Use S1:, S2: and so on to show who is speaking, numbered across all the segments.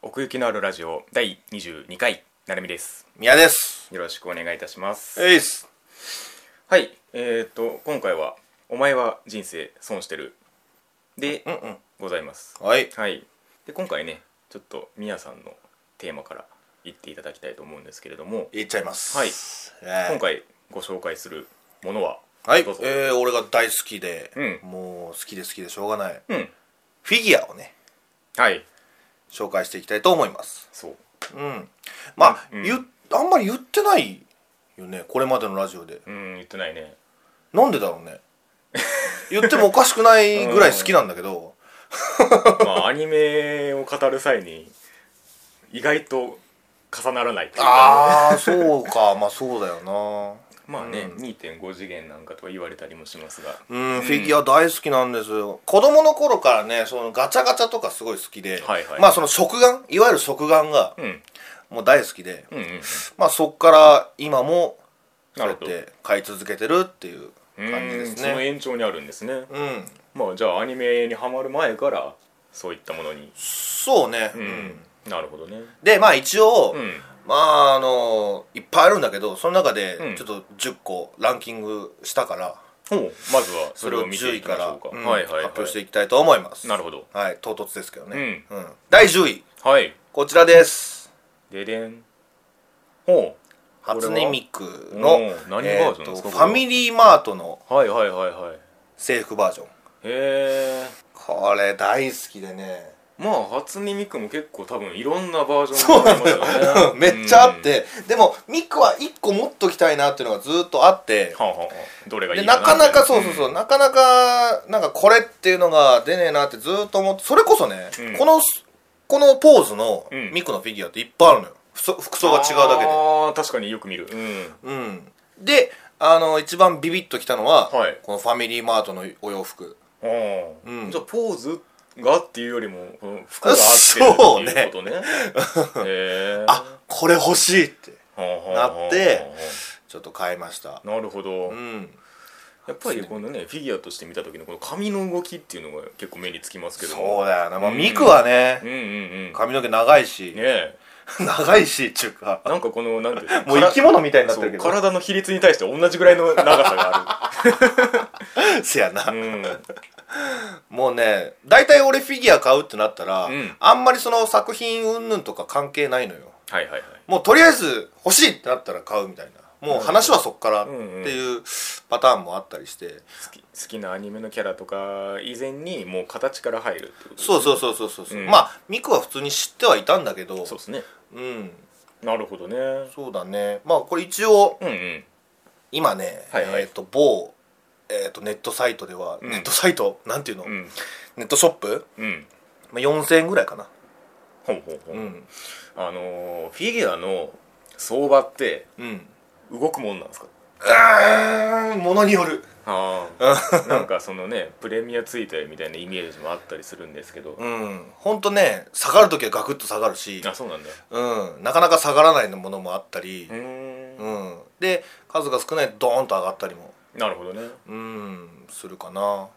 S1: 奥行きのあるラジオ第22回なるみです
S2: 宮です。
S1: よろしくお願いいたします
S2: えいっす。
S1: はいえー、と今回は「お前は人生損してる」で
S2: うんうん。
S1: ございます
S2: はい。
S1: はいで今回ねちょっとみやさんのテーマから言っていただきたいと思うんですけれども
S2: いっちゃいます。
S1: はい
S2: えー
S1: 今回ご紹介するものは
S2: はい
S1: どうぞ、
S2: えー、俺が大好きで、
S1: うん
S2: もう好きで好きでしょうがない。
S1: うん
S2: フィギュアをね、
S1: はい
S2: 紹介していきたいと思います。
S1: そう
S2: うん。まあ、
S1: うん
S2: ゆあんまり言ってないよね、これまでのラジオで。
S1: うん言ってないね
S2: なんでだろう ね。言ってもおかしくないぐらい好きなんだ けど、
S1: まあアニメを語る際に意外と重ならないというか
S2: ああ、 そうか、まあそうだよな。
S1: まあね、
S2: うん
S1: 2.5次元なんかとは言われたりもしますが
S2: うん、フィギュア大好きなんですよ子供の頃からねそのガチャガチャとかすごい好きで、
S1: はいはい
S2: まあその食玩いわゆる食玩が
S1: うん
S2: もう大好きで、
S1: うんうんうん
S2: まあそっから今もそ
S1: な
S2: う
S1: る
S2: や
S1: ほ
S2: っ
S1: ど
S2: て買い続けてるっていう感じで
S1: うん
S2: す
S1: その
S2: ね
S1: 延長にあるんですね
S2: うん、
S1: まあじゃあアニメにはまる前からそういったものに
S2: そうね、
S1: う
S2: うん
S1: んなるほどね
S2: でまあ一応、
S1: うん
S2: まああのいっぱいあるんだけどその中で
S1: うん
S2: ちょっと10個ランキングしたから、
S1: ほうまずはそれを見て
S2: 10
S1: い
S2: 位
S1: きま
S2: か
S1: し
S2: ら、
S1: ょうか
S2: うん
S1: はいはい
S2: 発
S1: は
S2: 表して
S1: い
S2: いきたいと思います
S1: なるほど
S2: はい唐突ですけどね、うん第10位
S1: はい
S2: こちらです
S1: ででんほこれは
S2: 初音ミク
S1: お
S2: の
S1: ー何
S2: え
S1: バー
S2: ー
S1: ジョン
S2: と
S1: ですか
S2: フ
S1: これは
S2: ァミリーマートの
S1: うはいはいはいはい
S2: 制服バージョン
S1: へえ
S2: これ大好きでね
S1: まあ初音ミクも結構多分いろんなバージョンがありますよね
S2: めっちゃあって、でもミクは1個持っときたいなっていうのがずっとあって
S1: はあはあはあどれがいい
S2: でなかなかそうそう
S1: う
S2: そう、なかなかなんかこれっていうのが出ねえなってずっと思ってそれこそね、
S1: うん
S2: このこのポーズの
S1: うん
S2: ミクのフィギュアっていっぱいあるのよふそ服装が違うだけで
S1: ああ確かによく見るうん
S2: うんであの一番ビビッときたのは、
S1: はい
S2: このファミリーマートのお洋服
S1: ああ、
S2: うん
S1: じゃあポーズがっていうよりもこの服があって
S2: そう
S1: る
S2: ね
S1: っていうことねへえ
S2: あこれ欲しいって
S1: な
S2: なってちょっと買いました
S1: なるほど、
S2: うん
S1: やっぱりこのねフィギュアとして見た時のこの髪の動きっていうのが結構目につきますけど
S2: そうだよな、まあ、
S1: うん
S2: ミクはね
S1: うんうんうんね
S2: 髪の毛長いし、
S1: え
S2: 長いしっていうか
S1: なんかこのなんていうの
S2: もう生き物みたいになって
S1: そう
S2: るけど
S1: 体の比率に対して同じぐらいの長さがあ
S2: せやな、
S1: る、うん、
S2: もうね大体俺フィギュア買うってなったら、
S1: うん
S2: あんまりその作品云々とか関係ないのよ
S1: はいはいはい
S2: もうとりあえず欲しいってなったら買うみたいなもう話はそっからっていうパターンもあったりして、
S1: 好き好きなアニメのキャラとか以前にもう形から入るってことですね
S2: そうそうそうそうそう、う
S1: うん
S2: まあミクは普通に知ってはいたんだけど
S1: そうですね
S2: うん
S1: なるほどね
S2: そうだねまあこれ一応
S1: うんうん
S2: 今ね、
S1: はいはい
S2: えっ、と某、えー、とネットサイトでは、
S1: うん
S2: ネットサイトなんていうの、
S1: うん
S2: ネットショップ、
S1: うん
S2: まあ、4000円ぐらいかな
S1: ほうほうほう、
S2: うん
S1: あのーフィギュアの相場って
S2: うん
S1: 動くもんなんですか
S2: あーものによる
S1: ああ なんかそのねプレミアついたりみたいなイメージもあったりするんですけど、
S2: うんほんとね下がるときはガクッと下がるし
S1: あそうなんだ
S2: うんなかなか下がらないものもあったり
S1: う、ーん
S2: うん、で数が少ないとドーンと上がったりも
S1: なるほどね
S2: うんするかな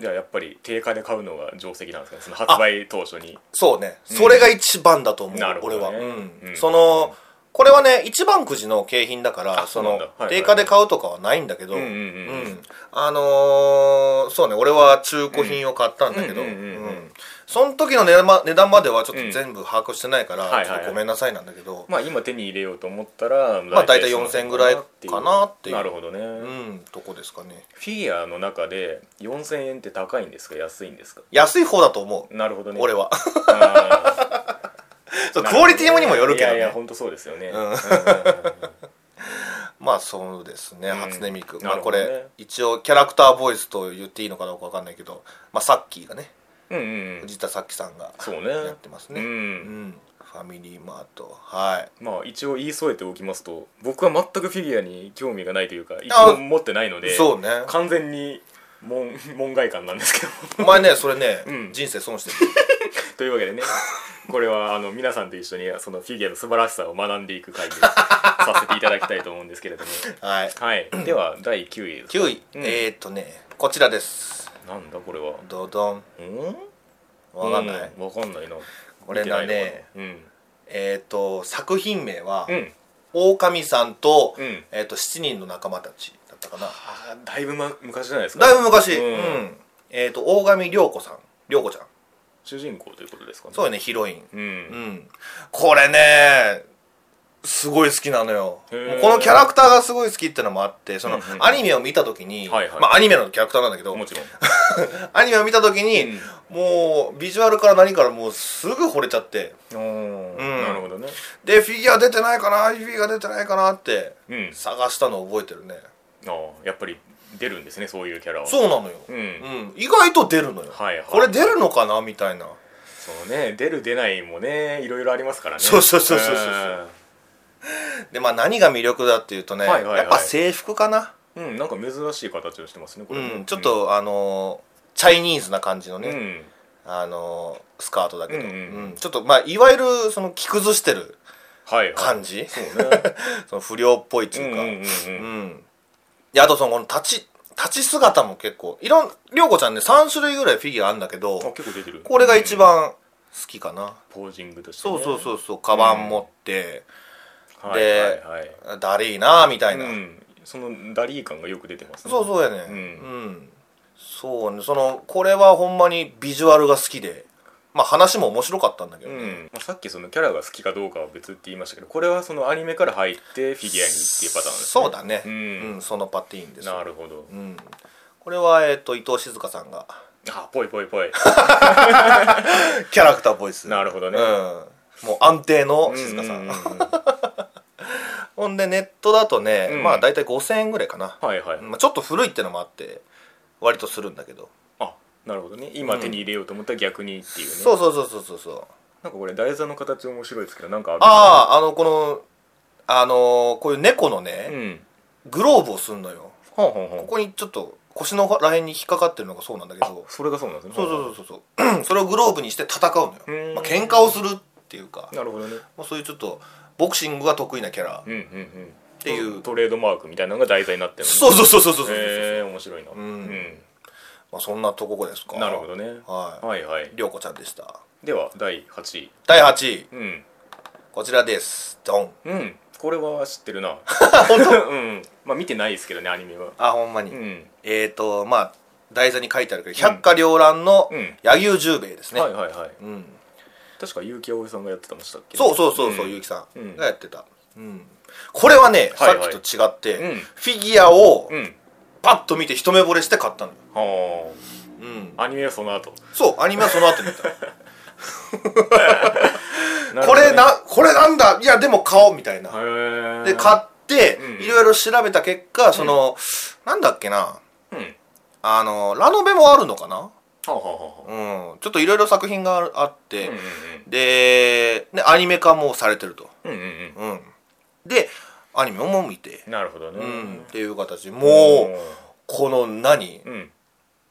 S1: じゃあやっぱり定価で買うのが定石なんですかねその発売当初に
S2: そうね、
S1: うん
S2: それが一番だと思う、
S1: なるほ
S2: 俺
S1: どね
S2: は、
S1: うん
S2: そのこれはね一番くじの景品だから
S1: あ
S2: そ
S1: そう
S2: の
S1: なんだはいはい
S2: 定価で買うとかはないんだけど、
S1: うんうんうんうん
S2: うんあのーそうね俺は中古品を買ったんだけど
S1: うんうんうんうんうん
S2: うんその時の値段ま値段まではちょっと全部把握してないか
S1: うんは
S2: ら、
S1: いはい
S2: ちょ
S1: はい
S2: っとごめんなさいなんだけど、
S1: まあ今手に入れようと思ったら
S2: まあ大体4000ぐらいかなっていう
S1: なるほどね、
S2: うんとこですかね
S1: フィギュアの中で4000円って高いんですか安いんですか
S2: 安い方だと思う
S1: なるほどね
S2: 俺は
S1: は
S2: そうクオリティにもよるけど
S1: い
S2: ね
S1: やいや本当そうですよね、
S2: ん
S1: うん
S2: まあそうですね、
S1: うん
S2: 初音ミク、
S1: な
S2: まあ
S1: る
S2: こ
S1: ほどね
S2: れ一応キャラクターボイスと言っていいのかどうかわかんないけど、まあ、サッキーがね
S1: うんうんうん
S2: 藤田サッキーさんが
S1: そうね
S2: やってますね
S1: うん
S2: うんファミリーマートはい
S1: まあ一応言い添えておきますと僕は全くフィギュアに興味がないというか一
S2: あ
S1: 応持ってないので
S2: そうね
S1: 完全に門 門外観なんですけど
S2: お前ねそれね、
S1: うん
S2: 人生損してる
S1: というわけでねこれはあの皆さんと一緒にそのフィギュアの素晴らしさを学んでいく回でさせていただきたいと思うんですけれども
S2: はい
S1: はいでは第9位です
S2: 9位、
S1: うん
S2: えーっとねこちらです
S1: なんだこれは
S2: ドドン
S1: うん
S2: わかんない、
S1: うんわかんないな
S2: 俺
S1: 見てな
S2: が
S1: い
S2: ね
S1: のかな
S2: えっ、と作品名は
S1: うん、うん
S2: 「狼さんと」
S1: うん
S2: えーと「7人の仲間たち」だったかな
S1: あーだいぶ、ま、昔じゃないですか
S2: だいぶ昔、
S1: う
S2: うんんえっ、と大神涼子さん涼子ちゃん
S1: 主人公ということですかね
S2: そう
S1: う
S2: よねヒロイン
S1: ん
S2: うん、これねすごい好きなのよ
S1: へー
S2: もうこのキャラクターがすごい好きってのもあってその
S1: うんうん
S2: アニメを見た時に、
S1: はいはい
S2: まあ、アニメのキャラクターなんだけど
S1: もちろん
S2: アニメを見た時に、
S1: うん
S2: もうビジュアルから何からもうすぐ惚れちゃって
S1: うん
S2: ん
S1: なるほどね
S2: でフィギュア出てないかなフィギュア出てないかなって
S1: うん
S2: 探したの覚えてるね
S1: あーやっぱり出るんですねそういうキャラは
S2: そうなのよ、
S1: う
S2: うんん、意外と出るのよ、
S1: はいはい
S2: これ出るのかなみたいな
S1: そうね出る出ないもねいろいろありますからね
S2: そうそうそうそうそうでまあ何が魅力だっていうとね、
S1: はいはいはい
S2: やっぱ制服かな、
S1: うんうんなんか珍しい形をしてますねこれね
S2: うん、ちょっと、あのチャイニーズな感じの
S1: う
S2: ね、
S1: ん
S2: あのスカートだけど、
S1: うんうんうん
S2: ちょっとまあいわゆるその着崩してる
S1: はいはい
S2: 感じ、
S1: そうね
S2: その不良っぽいって
S1: うん
S2: いううんか、
S1: うんうん
S2: うんであとそのこの立ち立ち姿も結構いろん涼子ちゃんね3種類ぐらいフィギュアあるんだけ
S1: あ
S2: ど
S1: 結構出てる
S2: これが一
S1: うん
S2: 番好きかな、
S1: ポージングとして
S2: そ
S1: ね
S2: うそうそうそうカバン持って、
S1: はいはいはい
S2: だりーなーみたいな、
S1: うんそのダリー感がよく出てますね
S2: そうそうやね
S1: う
S2: うんん、そうねそのこれはほんまにビジュアルが好きでまあ話も面白かったんだけど、
S1: う
S2: ね
S1: んまあ、さっきそのキャラが好きかどうかは別って言いましたけどこれはそのアニメから入ってフィギュアにっていうパターンですね
S2: そうだね
S1: う
S2: うんん、そのパティーンです
S1: なるほど
S2: うん、これは、えっと伊藤静香さんが
S1: あぽいぽい ぽい
S2: キャラクターボイス
S1: なるほどね
S2: うん、もう安定の静香さ
S1: う
S2: ん、
S1: ううんは
S2: ほんでネットだとね、
S1: うん
S2: まあ大体5000円ぐらいかな、
S1: いはい
S2: まあ、ちょっと古いってのもあって割とするんだけど、
S1: あなるほどね今手に入れようと思ったら逆にっていうね、
S2: そうそうそうそうそうそう
S1: なんかこれ台座の形面白いですけどなんかある
S2: あああのこのあのーこういう猫の
S1: う
S2: ね、
S1: ん
S2: グローブをするのよ
S1: ほんほんほ
S2: こ
S1: ん
S2: こにちょっと腰のらへんに引っかかってるのがそうなんだけ
S1: あ
S2: ど
S1: それがそうなんですね
S2: そうそうそうそうそうそれをグローブにして戦うの
S1: うーん
S2: よ、まあ喧嘩をするっていうか
S1: なるほどね
S2: まあ、そういうちょっとボクシングが得意なキャラ
S1: うんうんうんって
S2: いう
S1: トレードマークみたいなのが題材になってるのね
S2: そうそうそうそうそうそう、
S1: へえ面白いなうん
S2: まあ、そんなとこですか
S1: なるほどね
S2: は
S1: はいはい
S2: い涼子ちゃんでした
S1: では第8位
S2: 第8位
S1: うん
S2: こちらですドン
S1: うんこれは知ってるな
S2: 本 当
S1: うんまあ見てないですけどねアニメは
S2: あほんまに、
S1: うん
S2: えっ、ー、とまあ台座に書いてあるけど百花繚乱の
S1: うん
S2: 柳生十兵衛ですね、
S1: はいはいはい
S2: うん、
S1: 確か結城葵さんがやってたましたっけ
S2: そうそうそうそう、
S1: ん
S2: ゆうきさ
S1: うん
S2: んがやってた、うん、これはね、
S1: はいはい
S2: さっきと違って、
S1: うん
S2: フィギュアを
S1: うん
S2: パッと見て一目惚れして買ったのよ、
S1: は
S2: うん、
S1: あアニメはその後
S2: そうアニメはその後見た
S1: なるほ
S2: こ
S1: どね
S2: れなこれなんだいやでも買おうみたいな、
S1: へえ
S2: で買って
S1: うん
S2: いろいろ調べた結果その、なんだっけな
S1: うんは
S2: あのラノベもあるのかな、
S1: あはあはあ
S2: うん、ちょっといろいろ作品があるあって、
S1: うんうん
S2: で、ね、アニメ化もされてると、
S1: うんうんうん
S2: うん、でアニメも見て
S1: う、んなるほどね
S2: うん、っていう形もうこの何
S1: うん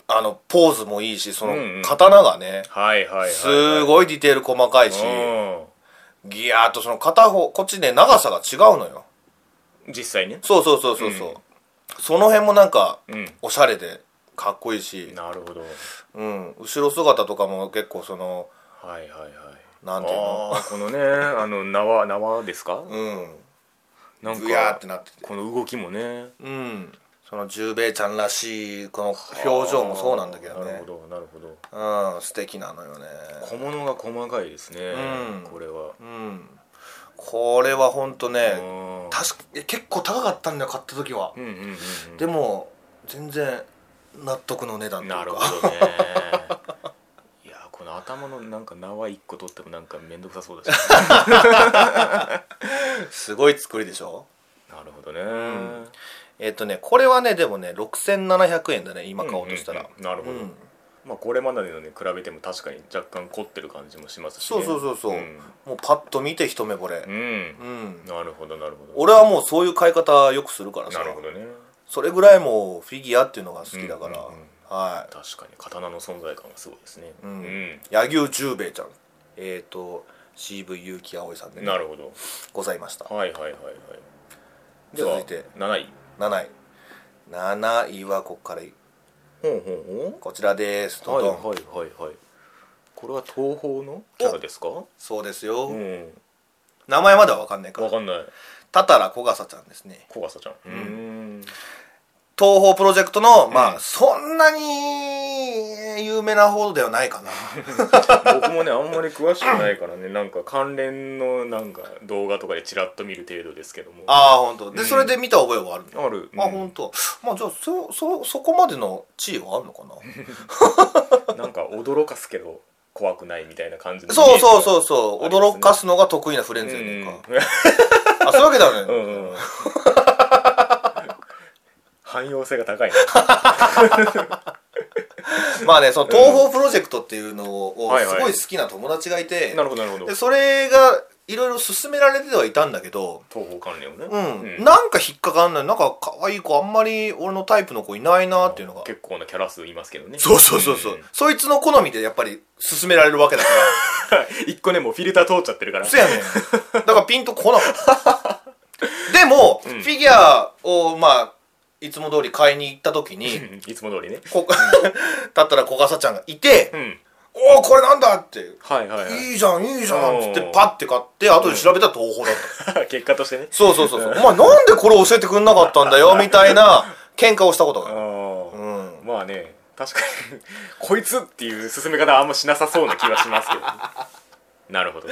S2: あのポーズもいいしその
S1: うんうん
S2: 刀がね、
S1: はいはいはいはい
S2: す
S1: い
S2: ごいディテール細かいし、ギャーっとその片方こっちね長さが違うのよ
S1: 実際ね
S2: そうそうそうそうそう、
S1: うん
S2: その辺もなんか
S1: うん
S2: おしゃれでかっこいいし、
S1: なるほど
S2: うん、後ろ姿とかも結構その
S1: はいはいはい
S2: なんていうの
S1: あーこのねあの縄縄ですか
S2: う
S1: なん
S2: んぐやー
S1: か
S2: ってなってて
S1: この動きもね
S2: うんその十兵衛ちゃんらしいこの表情もそうなんだけど
S1: なる
S2: ね
S1: ほどなるほど
S2: うん素敵なのよね
S1: 小物が細かいですね、
S2: うん
S1: これは、
S2: うんこれはほんとね
S1: うん
S2: 確かいや結構高かったんだよ買った時は
S1: う、んうんうんうん
S2: でも全然納得の値段というか
S1: なるほ どねいやこの頭のなんか縄一個取ってもなんか面倒くさそうだし
S2: すごい作りでしょ
S1: なるほどね、
S2: んえっ、とねこれはねでもね6700円だね今買おうとしたら、
S1: うんうんうんなるほど
S2: うん
S1: まあこれまでのに比べても確かに若干凝ってる感じもしますし、
S2: そ
S1: ね、
S2: うそうそうそう、
S1: ん
S2: もうパッと見て一目惚れ
S1: うん
S2: うん、
S1: なるほどなるほど
S2: 俺はもうそういう買い方よくするからさ
S1: なるほどね
S2: それぐらいもうフィギュアっていうのが好きだから、
S1: うんうんうん
S2: は
S1: 確かに刀の存在感がすごいですね
S2: う
S1: うんん
S2: い柳生十兵衛ちゃんえっ、と CV 結城葵さんで、ね
S1: な、るほど
S2: ございました
S1: はいはいはいはいで
S2: 続
S1: はい
S2: て
S1: 7位
S2: 7位7位はここからい
S1: ほうほうほう
S2: こちらです
S1: はい
S2: ど
S1: は
S2: どん
S1: いはいはいこれは東宝のキャラですか
S2: そうですよ、
S1: うん
S2: 名前までは分かんないか
S1: わ
S2: ら
S1: かんない
S2: 多々良小笠ちゃんですね
S1: 小笠ちゃんうーん
S2: 東宝プロジェクトの、
S1: う
S2: まあそんなに有名な方ではな いかな
S1: 僕もねあんまり詳しくないからねなんか関連のなんか動画とかでちらっと見る程度ですけどもあ
S2: ああ本当で、
S1: うん
S2: それで見た覚えはあるの
S1: る、
S2: あ本当。まあじゃあそそそこまでの地位はあるのか な
S1: うんなんか驚かすけど怖くないみたいな感じの
S2: そうそうそうそう、
S1: ありますね
S2: 驚かすのが得意なフレン
S1: イメ
S2: ズやね
S1: ー
S2: ん
S1: ジ
S2: か
S1: が、
S2: あそういうわけだよね、
S1: うんうんうん 汎用性が高いね
S2: まあねその東宝プロジェクトっていうのを
S1: はい
S2: す
S1: はい
S2: ごい好きな友達がいて、
S1: なるほどなるほど
S2: でそれがいろいろ勧められてはいたんだけど
S1: 東方関連をね
S2: うん、なんか引っかかんないなんか可愛い子あんまり俺のタイプの子いないなっていうのが
S1: 結構なキャラ数いますけどね
S2: そうそうそうそう、
S1: ん
S2: そいつの好みでやっぱり勧められるわけだから
S1: 一個ねもうフィルター通っちゃってるから
S2: そやねんだからピンとこなかっ たでも、
S1: うん
S2: フィギュアをまあいつも通り買いに行った時に
S1: うんいつも通りね
S2: こ だったら小笠ちゃんがいて
S1: うん
S2: 「おおこれなんだ!」って
S1: はいはい
S2: いいじゃんいいじゃんっつって
S1: うん
S2: パッて買って後で調べたら東宝だった、
S1: はい 結果としてね
S2: そうそうそうそうお前なんでこれ教えてくんなかったんだよみたいな喧嘩をしたことがある
S1: あ
S2: う
S1: あ
S2: ん
S1: まあね確かに こいつっていう進め方はあんましなさそうな気はします けどねなるほど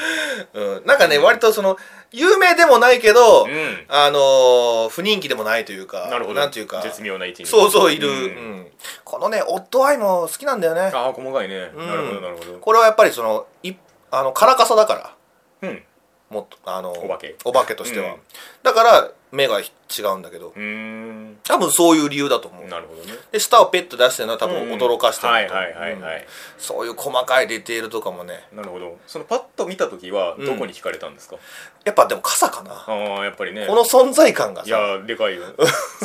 S2: うん、なんかね、割とその有名でもないけど、
S1: うん
S2: あのー不人気でもないというか
S1: なるほど
S2: なんていうか
S1: 絶妙な位置に
S2: そうそういる、うん
S1: ん
S2: このねオッドアイも好きなんだよね
S1: ああ細かいね
S2: うん
S1: なるほどなるほど
S2: これはやっぱりそのいあのカラカサだから
S1: うん
S2: もっとあの
S1: お化け
S2: お化けとしては、
S1: うん
S2: だから目が違うんだけど
S1: うーん
S2: 多分そういう理由だと思う
S1: なるほどね
S2: で舌をペッと出してるのは多分驚かして
S1: うんは
S2: る
S1: い
S2: んだと思
S1: は
S2: う
S1: いはいは
S2: うん
S1: い
S2: そういう細かいディテールとかもね
S1: なるほどそのパッと見た時はどこに惹かれたんですか
S2: やっぱでも傘かな
S1: ああやっぱりね
S2: この存在感が
S1: い
S2: さ
S1: やーでかい よ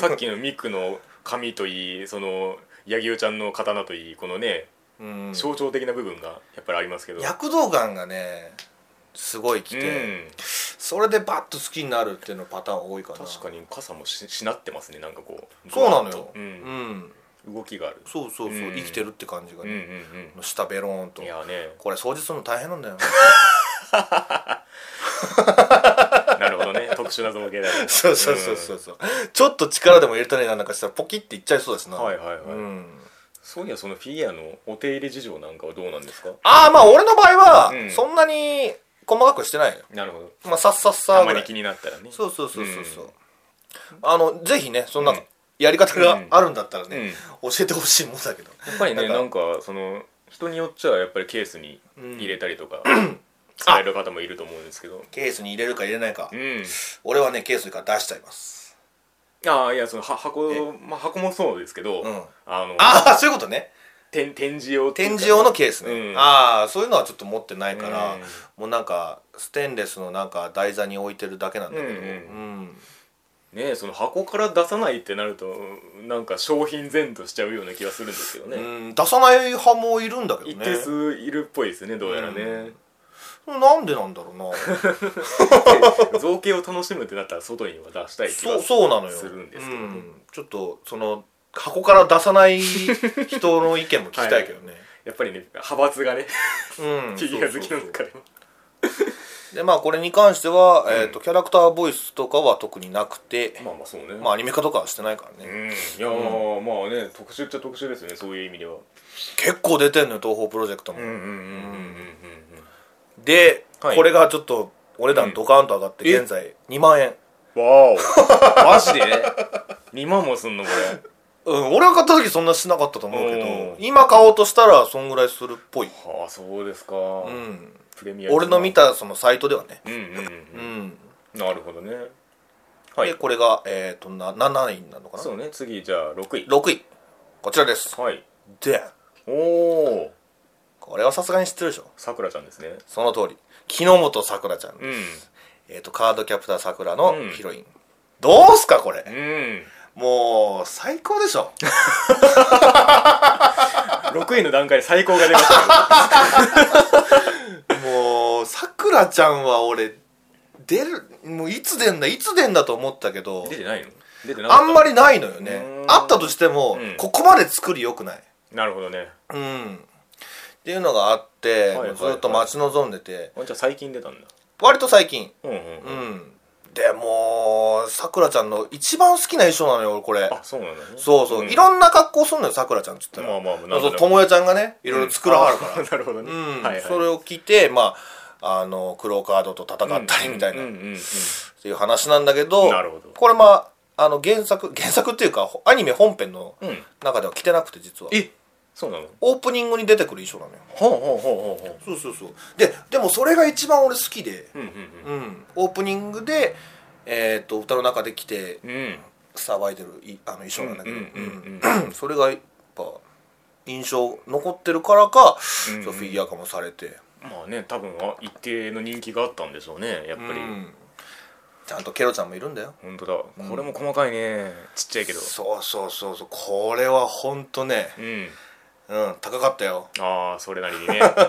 S1: さっきのミクの髪といいその柳生ちゃんの刀といいこのね
S2: うん
S1: 象徴的な部分がやっぱりありますけど
S2: 躍動感がねすごいき
S1: う
S2: て、
S1: ん
S2: それでバッと好きになるっていうのパターン多いかな
S1: 確かに傘もししなってますねなんかこう
S2: そうな
S1: ドワ
S2: の
S1: ッ
S2: よ
S1: と
S2: う、
S1: うんん動きがある
S2: そうそうそう、
S1: うん
S2: 生きてるって感じが
S1: うんう
S2: ね、
S1: ん
S2: 下ベローン
S1: う
S2: と
S1: んいやーね
S2: これ掃除するの大変なんだよ
S1: なるほどね 特殊な造形だね
S2: そうそうそうそうそうちょっと力でも入れたりなんかしたらポキっていっちゃいそうですな
S1: はいはいはい
S2: うん、
S1: そういやそのフィギュアのお手入れ事情なんかはどうなんですか
S2: ああまあ俺の場合は、
S1: うん
S2: そんなに細かくしてないよ
S1: なるほど
S2: まあさっさっさ
S1: た
S2: ぐ
S1: ま
S2: ら
S1: に
S2: い
S1: 気になったらね
S2: そうそうそうそうそう、
S1: うん
S2: あのぜひねそんな
S1: うん
S2: やり方があるんだったら
S1: うん
S2: ね、教えてほしいもんだけど
S1: やっぱりね
S2: な
S1: なんんかその人によっちゃやっぱりケースに入れたりとか、使える方もいると思うんですけど
S2: ケースに入れるか入れないか、
S1: うん
S2: 俺はねケースから出しちゃいます
S1: ああいやそのは箱、まあ、箱もそうですけど、
S2: うん
S1: あの
S2: ああそういうことね
S1: 展展示用っていうか
S2: 展示用のケースね、
S1: うん
S2: ああそういうのはちょっと持ってないから、
S1: うん
S2: もうなんかステンレスのなんか台座に置いてるだけなんだけど、
S1: うんうん
S2: うん
S1: ねその箱から出さないってなるとなんか商品前としちゃうような気がするんですけどね、
S2: うん出さない派もいるんだけ
S1: 一
S2: ど
S1: 定
S2: ね
S1: 数いるっぽいですねどうやらね、
S2: なんでなんだろ うな
S1: 造形を楽しむってなったら外には出したい気
S2: そ
S1: が
S2: うそうなのよ
S1: するんですけどね
S2: うんちょっとその箱から出さない人の意見も聞きたいけどね、
S1: やっぱりね派閥がね
S2: うん
S1: フィギュア好きの
S2: そうそうそう
S1: 中でも
S2: でまあこれに関しては、
S1: ん
S2: えー、とキャラクターボイスとかは特になくて、
S1: まあまあそうね
S2: まあ、アニメ化とかはしてないからね、
S1: うんいやー、まあね特殊っちゃ特殊ですよねそういう意味では
S2: 結構出てんのよ東宝プロジェクトも、
S1: うんうんうんうん
S2: で、
S1: はい
S2: これがちょっとお値段ドカーンと上がって
S1: うん
S2: 現在2万円
S1: うん わーおマジで2万もすんのこ
S2: うん、俺が買った時そんなしなかったと思うけ
S1: う
S2: ど
S1: ん
S2: 今買おうとしたらそんぐらいするっぽい、
S1: れはあそうですか、
S2: うん、
S1: プレミアム
S2: 俺の見たそのサイトではね、
S1: うんうん
S2: う
S1: うん、
S2: ん
S1: なるほどねはい
S2: でこれが、えー、とな7位なのかな
S1: そうね次じゃあ6位
S2: 6位こちらです
S1: はい
S2: で
S1: おお
S2: これはさすがに知ってるでしょ
S1: さくらちゃんですね
S2: その通り木之本さくらちゃんです、
S1: うん
S2: えー、とカードキャプターさくらの
S1: うん
S2: ヒロイン、どうすかこれ
S1: うん
S2: もう最高でしょ
S1: 6位の段階で最高が出ましたけ
S2: もうさくらちゃんは俺出るもういつ出んだいつ出んだと思ったけど
S1: ど 出てないの出てなか
S2: あ
S1: った
S2: んまりないのよね
S1: うーん
S2: あったとしても、
S1: うん
S2: ここまで作り良くない
S1: なるほどね
S2: うんっていうのがあっ
S1: はい
S2: て、
S1: はいはい
S2: ずっと待ち望んでて
S1: あじゃあ最近出たんだ
S2: 割と最近
S1: うんうん、う
S2: う
S1: ん、
S2: んでもさくらちゃんの一番好きな衣装なのよ俺これ
S1: あそうなんだね
S2: そうそう、
S1: ん
S2: いろんな格好すんのよさくらちゃんっつったら、
S1: まあまあまあ
S2: そうともちゃんがねいろいろ作らはるか
S1: ら
S2: ら、
S1: なるほどね、
S2: うん
S1: はいはい
S2: それを着てまああのクローカードと戦ったりみたいな、
S1: うんうんうんうんうん
S2: っていう話なんだけど
S1: なるほど
S2: これまああの原作 原作っていうかほアニメ本編の
S1: うん
S2: 中では着てなくて実は
S1: えそうなの
S2: オープニングに出てくる衣装なのよ
S1: ほうほうほうほうほ
S2: そうそうそうででもそれが一番俺好きで
S1: ううんうん
S2: うんオープニングでえっと歌の中で着て
S1: うんうん
S2: 騒いでるいあの衣装なんだけど
S1: うんうんうん
S2: うんそれがやっぱ印象残ってるからか、
S1: うんうん
S2: そうフィギュア化もされて
S1: まあね多分は一定の人気があったんでしょうねやっぱり、
S2: うんちゃんとケロちゃんもいるんだよ
S1: 本当だこれも細かいねちっちゃいけど
S2: そうそうそうそうこれは本当ね
S1: うん
S2: うん高かったよ
S1: ああそれなりに ねやっぱ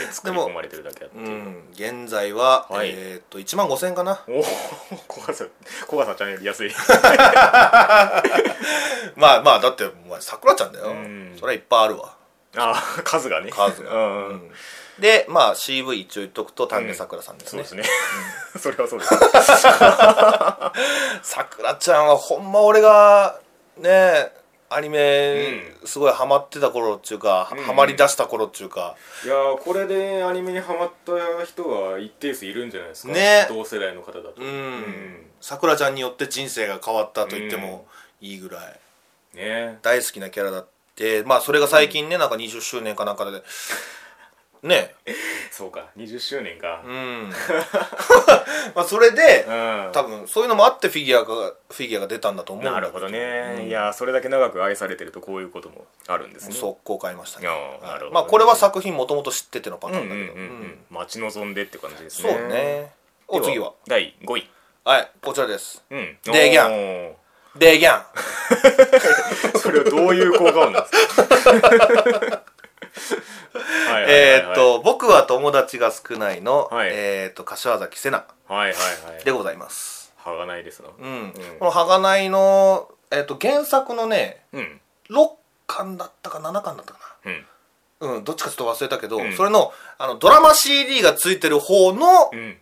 S1: り作り込まれてるだけあって
S2: う
S1: いう、
S2: ん現在は、
S1: はい
S2: えーっと1万5000円かな
S1: おお小川さん小川さんチャンネル 安い
S2: まあまあだってお前さくらちゃんだよ、
S1: うん
S2: それはいっぱいあるわ
S1: ああ数がね
S2: 数が、
S1: うんうん、
S2: うんでまあ CV 一応言っとくと丹下さくらさんです
S1: そう
S2: ね
S1: ですね、 それはそうです
S2: さくらちゃんはほんま俺がねアニメすごいハマってた頃っていうか、
S1: うん
S2: ハマりだした頃っていうか、
S1: いやーこれでアニメにハマった人が一定数いるんじゃないですか
S2: ね
S1: 同世代の方だと
S2: うんさくらちゃんによって人生が変わったと言ってもいいぐらい、
S1: ね
S2: 大好きなキャラだってまあそれが最近ね、なんか20周年かなんかでね
S1: そうか20周年か
S2: うん まあそれで
S1: うん
S2: 多分そういうのもあってフィギュアがフィギュアが出たんだと思うんだ
S1: な
S2: け
S1: るほどね、
S2: うん
S1: いやーそれだけ長く愛されてるとこういうこともあるんですね
S2: 速攻買いましたね
S1: あ
S2: はい
S1: ーなるほどね
S2: まあこれは作品もともと知っててのパ
S1: う
S2: タ
S1: んう
S2: ー
S1: ん
S2: ン
S1: う
S2: だ
S1: ん
S2: け
S1: う
S2: ど、うん
S1: ん待ち望んでって感じです
S2: そう
S1: ね
S2: ねお
S1: で
S2: 次は
S1: 第5位
S2: はいこちらです
S1: うん
S2: でギャン
S1: ン
S2: デーギャン
S1: それはどういう効果音なんです かはいはいはいはい
S2: えーっと「僕は友達が少ないの」
S1: はい
S2: えーっと柏崎瀬奈
S1: はいはいはい
S2: でございます
S1: はがないですな
S2: うん、この「鋼の」えーっと原作のね
S1: うん
S2: 6巻だったか7巻だったか
S1: うん
S2: なうんどっちかちょっと忘れたけど、
S1: うん
S2: それのあのドラマ CD がついてる方の、
S1: うん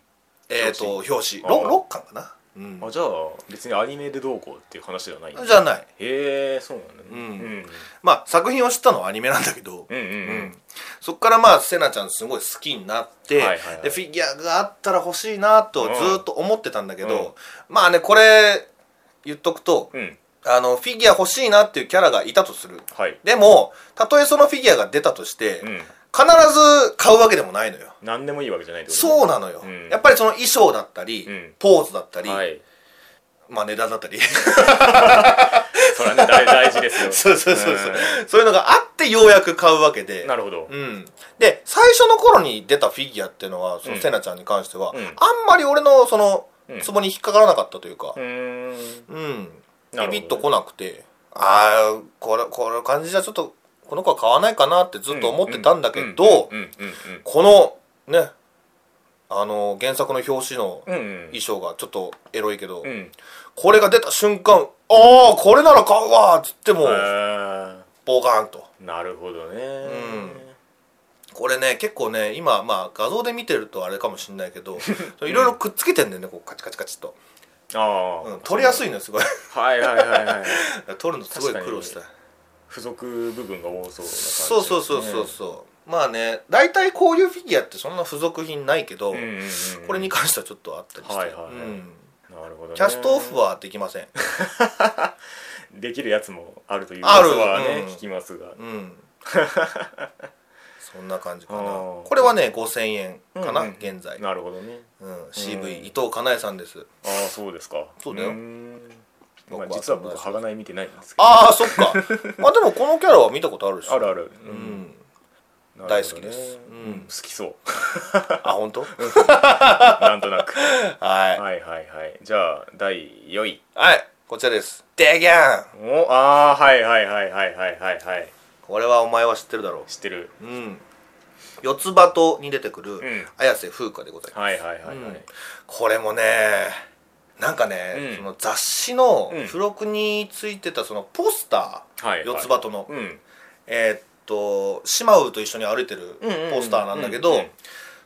S2: えー、と表紙
S1: あー
S2: 6, 巻かな、うん
S1: あじゃあ別にアニメでどうこうっていう話ではない
S2: じゃない
S1: へえそうなんだね
S2: うん
S1: うん
S2: まあ作品を知ったのはアニメなんだけど、
S1: うんうんう
S2: うん
S1: ん
S2: そっからまあセナちゃんすごい好きになって、
S1: はいはいはい
S2: でフィギュアがあったら欲しいなとずーっと思ってたんだけど、まあねこれ言っとくと
S1: うん
S2: あのフィギュア欲しいなっていうキャラがいたとする
S1: はい
S2: でもたとえそのフィギュアが出たとして、
S1: うん
S2: 必ず買うわけでもないのよ
S1: 何でもいいわけじゃないってことね
S2: そうなのよ、
S1: うん
S2: やっぱりその衣装だったり、
S1: うん
S2: ポーズだったり、
S1: はい
S2: まあ値段だったり
S1: それはね大大事ですよ
S2: そうそうそうそう、そういうのがあってようやく買うわけで
S1: んなるほど
S2: うん、で最初の頃に出たフィギュアっていうのはその
S1: うん
S2: セナちゃんに関しては、
S1: うん
S2: あんまり俺のその
S1: うん
S2: ツボに引っかからなかったというか
S1: う、ーん
S2: うん
S1: なるほどね
S2: ビビッと来なくてああこれこれ感じじゃちょっとこの子は買わないかなってずっと思ってたんだけど
S1: うんうん
S2: このねあの原作の表紙の
S1: うんうんうん
S2: 衣装がちょっとエロいけど、
S1: うんうん
S2: これが出た瞬間「ああこれなら買うわ」っつって
S1: へ
S2: もう
S1: ー
S2: ボカーンと。
S1: なるほどね
S2: んこれね結構ね今まあ画像で見てるとあれかもしんない けどいろいろくっつけてんだよねこうカチカチカチっと、
S1: あ
S2: うん
S1: あ
S2: 取りや
S1: い
S2: すいの よすごい
S1: はいはいはいはい
S2: 取るのすごい苦労した
S1: 確付属部分が多そうな感じです
S2: そ
S1: ね
S2: うそうそうそうそうまあね大体こういうフィギュアってそんな付属品ないけど、
S1: うんうんうん
S2: これに関してはちょっとあったりして、
S1: はいはいはい
S2: うん
S1: なるほどね
S2: キャストオフはでき ません、
S1: できるやつもあるという
S2: ある
S1: 噂はね、
S2: うん
S1: 聞きますが、
S2: うんそんな感じかな
S1: あ
S2: こ
S1: ー
S2: れはね5000円かな、
S1: うんうん
S2: 現在、
S1: なるほどね
S2: うん CV 伊藤かなえさんです
S1: ああそうですか
S2: そうだよ
S1: ーんまあ、
S2: 僕は
S1: 実は僕鋼見てないんですけど
S2: ああそっ かまあでもこのキャラは見たことあるし
S1: あるある、う
S2: うんん
S1: なるほどね
S2: 大好きです
S1: う
S2: うん
S1: ん、好きそう
S2: あ本当
S1: なんとなく
S2: はい
S1: はいはいはいじゃあ第4位
S2: はいこちらですデギャン
S1: おああはいはいはいはいはいはいはい
S2: これはお前は知ってるだろ
S1: 知ってる
S2: ううん四つ葉とに出てくる、
S1: ん
S2: 綾瀬風花でございます、
S1: はいはいはいはい、
S2: うんこれもねなんかね、
S1: うん
S2: その雑誌の
S1: うん
S2: 付録についてたそのポスター、
S1: はい
S2: 四つ葉との、
S1: うん
S2: えーっとシマウと一緒に歩いてる
S1: うんうんうん
S2: ポスターなんだけ
S1: うんう
S2: ど
S1: ん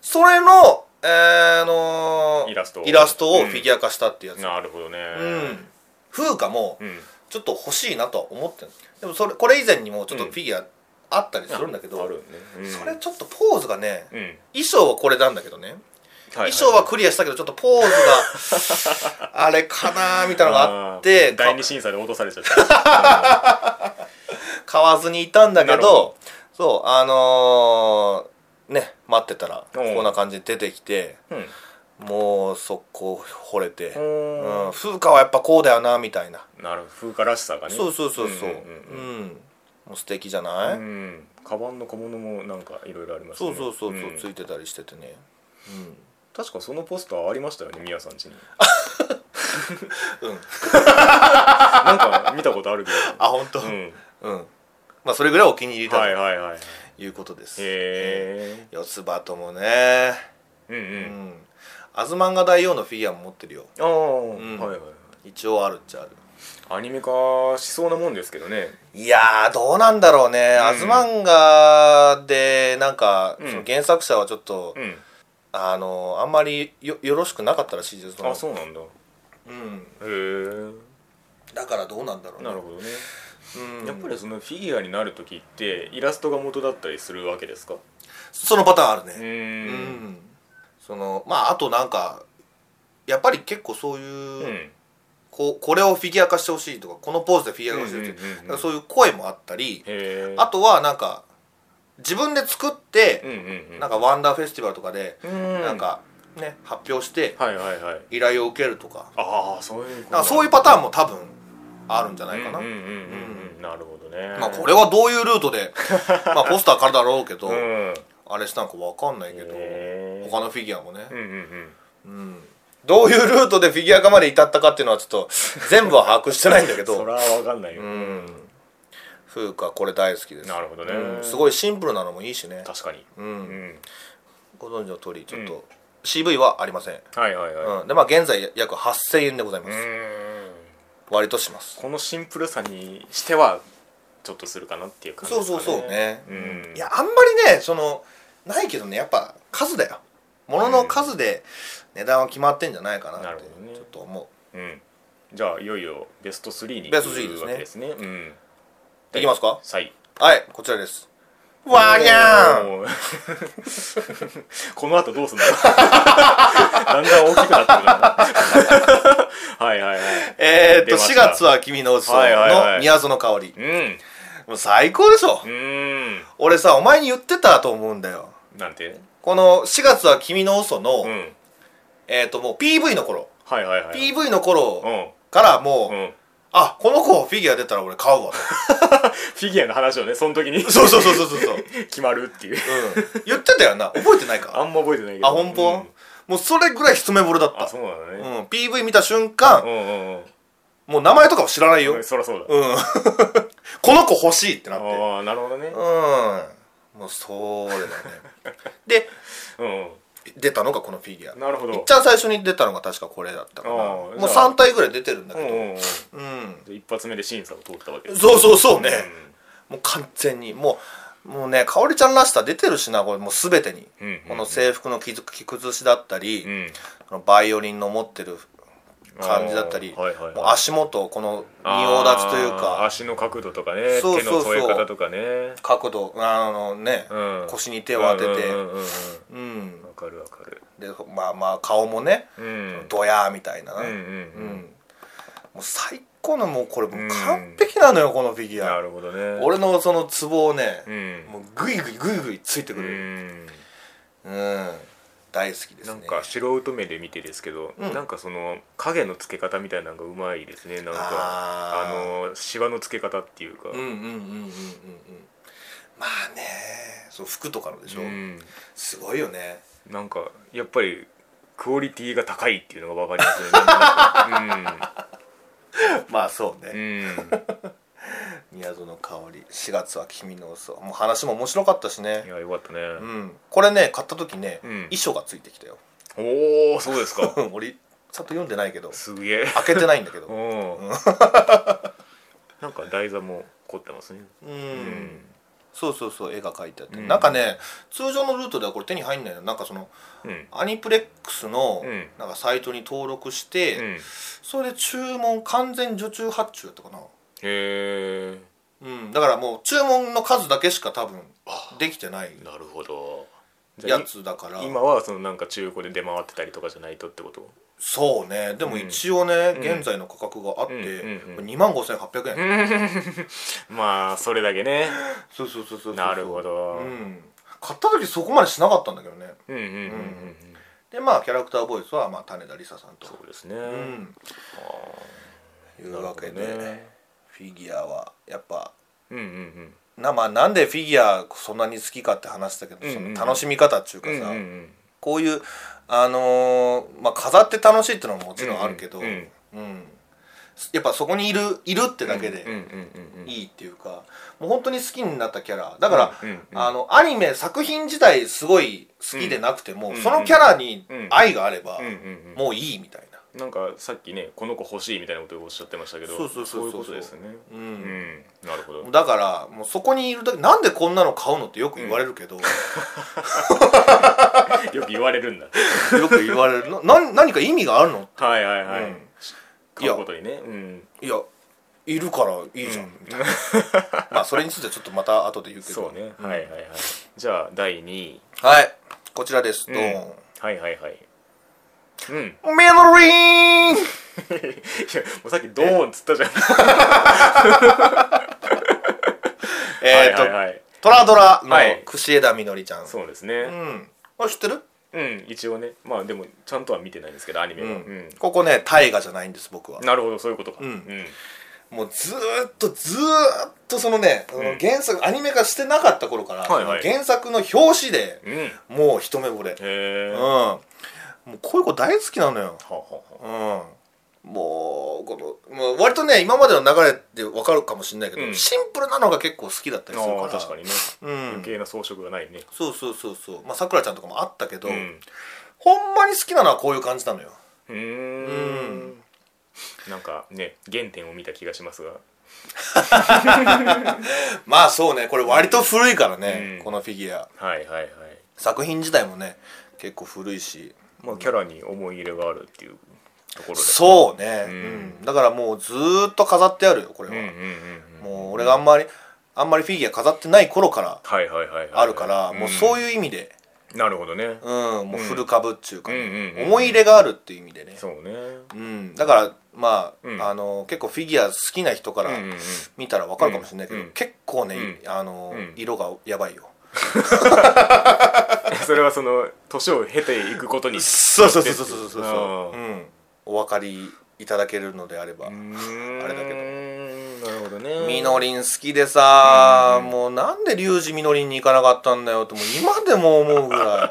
S2: それの、えーあのー
S1: イラストを
S2: をフィギュア化したってやつ、
S1: なるほどね
S2: うん、風花も
S1: うん
S2: ちょっと欲しいなとは思ってるでもそれこれ以前にもちょっとフィギュアあったりするんだけど、
S1: あるねうん
S2: それちょっとポーズがね
S1: うんはい
S2: 衣装はこれなんだけどね、
S1: はい
S2: 衣装はクリアしたけどちょっとポーズ があれかなーみたいなのがあって
S1: 第二審査で落とされちゃった
S2: 買わずにいたんだけ
S1: な
S2: ど
S1: るほど
S2: そうあのーね待ってたら
S1: うん
S2: こんな感じで出てきて
S1: うん
S2: もう速攻惚れて、
S1: う
S2: うんん、風花はやっぱこうだよなみたいな、
S1: なる風化らしさがね
S2: そうそうそうそうう
S1: うん
S2: ん
S1: うん
S2: もう素敵じゃない、
S1: うんカバンの小物もなんかいろいろあります
S2: そ
S1: ね
S2: うそうそうそう、
S1: ん
S2: ついてたりしててね
S1: 確かそのポスターありましたよねみやさん ちに
S2: うん、うん、
S1: なんか見たことあるけ
S2: あ本当
S1: どうん
S2: うん、まあそれぐ らいお気に入りだ
S1: はいはいはいへ
S2: ということです、
S1: え
S2: 四つ葉ともね
S1: うんう
S2: うんんアズマンガ大王のフィギュアも持ってるよ
S1: ああ
S2: ん
S1: はいはいはい
S2: 一応あるっちゃある
S1: アニメ化しそうなもんですけどね
S2: いやーどうなんだろうね、
S1: ん
S2: アズマンガでなんか、
S1: うん
S2: その原作者はちょっと、
S1: うん
S2: あのあんまりよよろしくなかったらしいです
S1: あそうなんだへ
S2: うん、
S1: え
S2: だからどうなんだろうね
S1: なるほどね
S2: うん、
S1: やっぱりそのフィギュアになる時ってイラストが元だったりするわけですか
S2: そのパターンあるね、
S1: う
S2: うんんそのまああとなんかやっぱり結構そういう、
S1: うん
S2: ここれをフィギュア化してほしいとかこのポーズでフィギュア化してほし
S1: う
S2: い、
S1: んうんうんうん
S2: だからそういう声もあったり、
S1: へえ
S2: あとはなんか自分で作って、
S1: うんうんうん
S2: なんかワンダーフェスティバルとかで、
S1: うん
S2: なんかね発表して
S1: はいはいはい
S2: 依頼を受けるとか
S1: ああそういうこと
S2: なんかそういうパターンも多分あるんじゃないかな、
S1: うんうんうんうんうんなるほどね
S2: まあこれはどういうルート でまあポスターからだろうけど、
S1: うん
S2: あれしたんかわかんないけど、
S1: へえ
S2: 他のフィギュアもね、
S1: うんうんうん
S2: うんどういうルートでフィギュア化まで至ったかっていうのはちょ っと全部は把握してないんだけ
S1: そ
S2: ど
S1: れは分かんないよ
S2: うん風花これ大好きです
S1: なるほどね
S2: うんすごいシンプルなのもいいしね
S1: 確かに
S2: う
S1: うんん
S2: ご存知の通りちょっと CV はありません、
S1: はいはいはい
S2: うん、でまあ現在約8000円でございま
S1: う
S2: す、
S1: ん
S2: 割とします
S1: このシンプルさにしてはちょっとするかなっていう感じ
S2: そう
S1: ですかね
S2: そうそうね、
S1: うん
S2: いやあんまりねそのないけどねやっぱ数だよ物の数で値段は決まってんじゃないかな
S1: な
S2: っ
S1: る
S2: て
S1: ほどね
S2: ちょっと思う、
S1: うんじゃあいよいよベスト3に
S2: ベスト3で
S1: 行
S2: すね
S1: くわけですねうん
S2: いきますか
S1: はい
S2: はいこちらですわーにゃん
S1: おー この後どうすんのだんだん大きくな ってくるなはいはいはい
S2: えー、っと
S1: 出ま
S2: 4
S1: した
S2: 月は君のうちの
S1: はいはいはい
S2: 宮園香織
S1: うん
S2: もう最高でしょ、
S1: うん
S2: 俺さお前に言ってたと思うんだよ
S1: なんて
S2: この4月は君の嘘の、
S1: うん
S2: えー、っともう PV の頃、
S1: はいはいはい
S2: PV の頃
S1: うん
S2: からもう、
S1: うん
S2: あこの子フィギュア出たら俺買うわ
S1: フィギュアの話を ねその時に
S2: そうそうそうそう そうそう、うん、
S1: 決まるっていう
S2: 言ってたよな覚えてないか
S1: あんま覚えてないけど
S2: あ本当、
S1: うん
S2: もうそれぐらい一目惚れだっ
S1: あ
S2: た
S1: そうなの
S2: う
S1: ね
S2: ん、PV 見た瞬間、
S1: うんうんうん
S2: もう名前とかも知らないよ、
S1: そりゃそうだ
S2: うん この子欲しいってなって
S1: ああなるほどね
S2: うんもうそれだねで
S1: うん
S2: 出たのがこのフィギュア
S1: なるほど
S2: いっちゃん最初に出たのが確かこれだったかな
S1: あー
S2: もう
S1: じゃあ
S2: 3体ぐらい出てるんだ
S1: うんう
S2: けど
S1: んうんじゃ
S2: うん、
S1: あ一発目で審査を通ったわけです
S2: そうそうそうね、
S1: うん
S2: もう完全にもうもうねかおりちゃんらしさ出てるしなこれもう全てに、
S1: うんうんうん
S2: この制服の着づ着崩しだったり、
S1: うん
S2: このバイオリンの持ってる感じだったり、
S1: あーはいはいはい
S2: もう足元この仁王立ちという
S1: あー
S2: か
S1: 足の角度とかね
S2: そうそうそう
S1: 手の添え方とかね、
S2: 角度あのね、
S1: うん、
S2: 腰に手を当てて
S1: うんうんうんうん
S2: うん、
S1: わかるわかる
S2: でまあまあ顔もね
S1: うん
S2: ドヤーみたいな、
S1: うんうんう
S2: う
S1: んん
S2: もう最高のもうこれもう完璧なのよ、このフィギュ
S1: な
S2: ア
S1: るほどね
S2: 俺のそのツボをね、
S1: うん
S2: もうグイグイグイグイついてく
S1: う
S2: る
S1: ん
S2: うん、大好きですね
S1: なんか素人目で見てですけど、
S2: うん
S1: なんかその影の付け方みたいなのがうまいですねなんかあ
S2: あー
S1: のシワの付け方っていうか、
S2: うんうんうんうんうんうんうんまあねそう服とかのでしょ、
S1: うん
S2: すごいよね
S1: なんかやっぱりクオリティが高いっていうのが分かりますねなんとな
S2: まあそう
S1: くうん、
S2: ね、
S1: うん、
S2: 宮園香織4月は君の嘘もう話も面白かったしね
S1: いやよかったね、
S2: うんこれね買った時ね、
S1: うん
S2: 衣装がついてきたよ
S1: おおそうですか
S2: 俺ちゃんと読んでないけど
S1: すげえ
S2: 開けてないんだ け
S1: う
S2: ど
S1: んなんか台座も凝ってますね
S2: うん、
S1: うん
S2: そうそうそう絵が描いてあって、
S1: うん
S2: なんかね通常のルートではこれ手に入んないのなんかその
S1: うん
S2: アニプレックスの
S1: うん
S2: なんかサイトに登録して、
S1: うんへ
S2: それで注文完全受注発注だったかな
S1: え
S2: うん、だからもう注文の数だけしか多分できてない
S1: なるほどじゃあ
S2: やつだから
S1: い今はそのなんか中古で出回ってたりとかじゃないとってこと
S2: そうねでも
S1: うん
S2: 一応ね、
S1: うん
S2: 現在の価格があって、
S1: うんうんうん
S2: 2万5800円、
S1: まあそれだけね
S2: そうそうそうそうそう
S1: なるほど
S2: うん、買った時そこまでしなかったんだけどね
S1: うんうんうんうんうん
S2: でまあキャラクターボイスは、まあ、種田理沙さんと
S1: そうですね
S2: う
S1: は
S2: ん
S1: あ
S2: いうわけで、
S1: なるほどね
S2: フィギュアはやっぱ
S1: うんうんうん
S2: な,、まあ、なんでフィギュアそんなに好きかって話したけど、
S1: う
S2: そ
S1: んうん
S2: の楽しみ方っていうか
S1: うんう
S2: さ、
S1: んうん
S2: こういうあのーまあ、飾って楽しいってのももちろんあるけど、
S1: うんうん
S2: うんやっぱそこにいるいるってだけ
S1: うんう
S2: で
S1: んうんうん
S2: いいっていうか、もう本当に好きになったキャラだから、
S1: うんうんうん
S2: あのアニメ作品自体すごい好きでなくても、
S1: うん
S2: そのキャラに
S1: うん
S2: 愛があれば、
S1: うんうん
S2: もういいみたいな、
S1: うんなんかさっきねこの子欲しいみたいなことをおっしゃってましたけど
S2: そうそうそうそう
S1: そういうことですね
S2: うん
S1: うんなるほど
S2: だからもうそこにいるだけなんでこんなの買うのってよく言われるけど、
S1: よく言われるんだ
S2: よく言われるなな何か意味があるの
S1: はいはいは
S2: う
S1: い
S2: ん
S1: 買うことにねうん
S2: いやいるからいいじゃん、みたいなまあそれについてはちょっとまた後で言うけど
S1: そうねはいはいはいじゃあ第2位
S2: はいこちらですド
S1: うん
S2: ーン、
S1: はいはいはいうん
S2: メロリー
S1: いや
S2: ン
S1: もうさっきドーンっつったじゃんは
S2: え
S1: い
S2: っと、
S1: はいはい
S2: トラドラの
S1: はい
S2: 櫛枝みのりちゃん、
S1: そうです
S2: う
S1: ね
S2: んあ知ってる、
S1: うん一応ねまあでもちゃんとは見てないんですけどアニメ
S2: う
S1: は
S2: ん
S1: うん
S2: ここね大河じゃないんです僕は
S1: なるほどそういうことか
S2: うん
S1: うん
S2: もうずーっとずーっとそのね、その原作アニメ化してなかった頃から、
S1: はいはい
S2: その原作の表紙で
S1: うんへ
S2: もう一目惚れ
S1: え
S2: うん
S1: は
S2: もうこういう子大好きなのよ
S1: あはあはあ
S2: うんもうこのもう割とね今までの流れで分かるかもしれないけど、
S1: うん
S2: シンプルなのが結構好きだったりするか
S1: あ
S2: ら
S1: ー確かにね
S2: うん
S1: 余、計な装飾がないね
S2: そうそうそうそうまあさくらちゃんとかもあったけど、
S1: うん
S2: ほんまに好きなのはこういう感じなのよ
S1: うーんなんかね原点を見た気がしますが
S2: まあそうねこれ割と古いからね、
S1: うん
S2: このフィギュア
S1: はいはいはい
S2: 作品自体もね結構古いし
S1: まあキャラに思い入れがあるっていうところで
S2: そうね、
S1: う
S2: うんんだからもうずーっと飾ってあるよこれ
S1: うんうん
S2: は、
S1: うんうん
S2: もう俺があんまりあんまりフィギュア飾ってない頃から
S1: はいはいはいはい
S2: あるから、もうそう
S1: い
S2: いう意味で、
S1: うんなるほどね
S2: うん、もう古株っていうか、
S1: うんうんうん
S2: 思い入れがあるっていう意味でね、
S1: そうね
S2: うん、だからまあ、
S1: うん
S2: あの結構フィギュア好きな人から
S1: うん うんうん
S2: 見たらわかるかもしれないけど、
S1: うん
S2: 結構ね、
S1: う
S2: あの
S1: うん
S2: 色がやばいよ、
S1: それはその年を経ていくことに
S2: そうそうそうそうそうそう
S1: あ
S2: そう、うん、お分かりいただけるのであれば、
S1: あ
S2: あれだけど
S1: なるほどね
S2: みのりん好きでさ、
S1: うん
S2: もうなんでリュウジみのりんに行かなかったんだよってもう今でも思うぐらい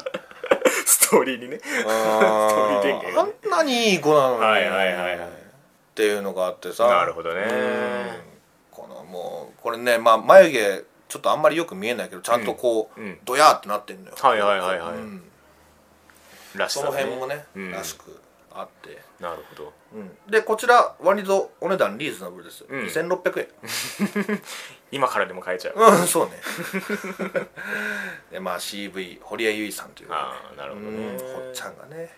S1: ストーリーにね
S2: うん
S1: ーリー展開
S2: あ
S1: がね
S2: んなにいい子なのに、
S1: はいはいはいはい
S2: っていうのがあってさ
S1: なるほどね
S2: うんこのもうこれね、まあ、眉毛ちょっとあんまりよく見えないけどちゃんとこう、
S1: うんうん
S2: ドヤーってなってんのよ
S1: はいはいはいはい
S2: うん
S1: らし
S2: そ
S1: さ
S2: の
S1: がね
S2: 辺もね、
S1: うん
S2: らしくあって、
S1: なるほど
S2: うん、でこちら割とお値段リーズナブルです、
S1: うん
S2: 2600円
S1: 今からでも買えちゃう
S2: うんそうね でまあ CV 堀江由衣さんというね
S1: ああなるほど
S2: う
S1: ね
S2: んほっちゃんがね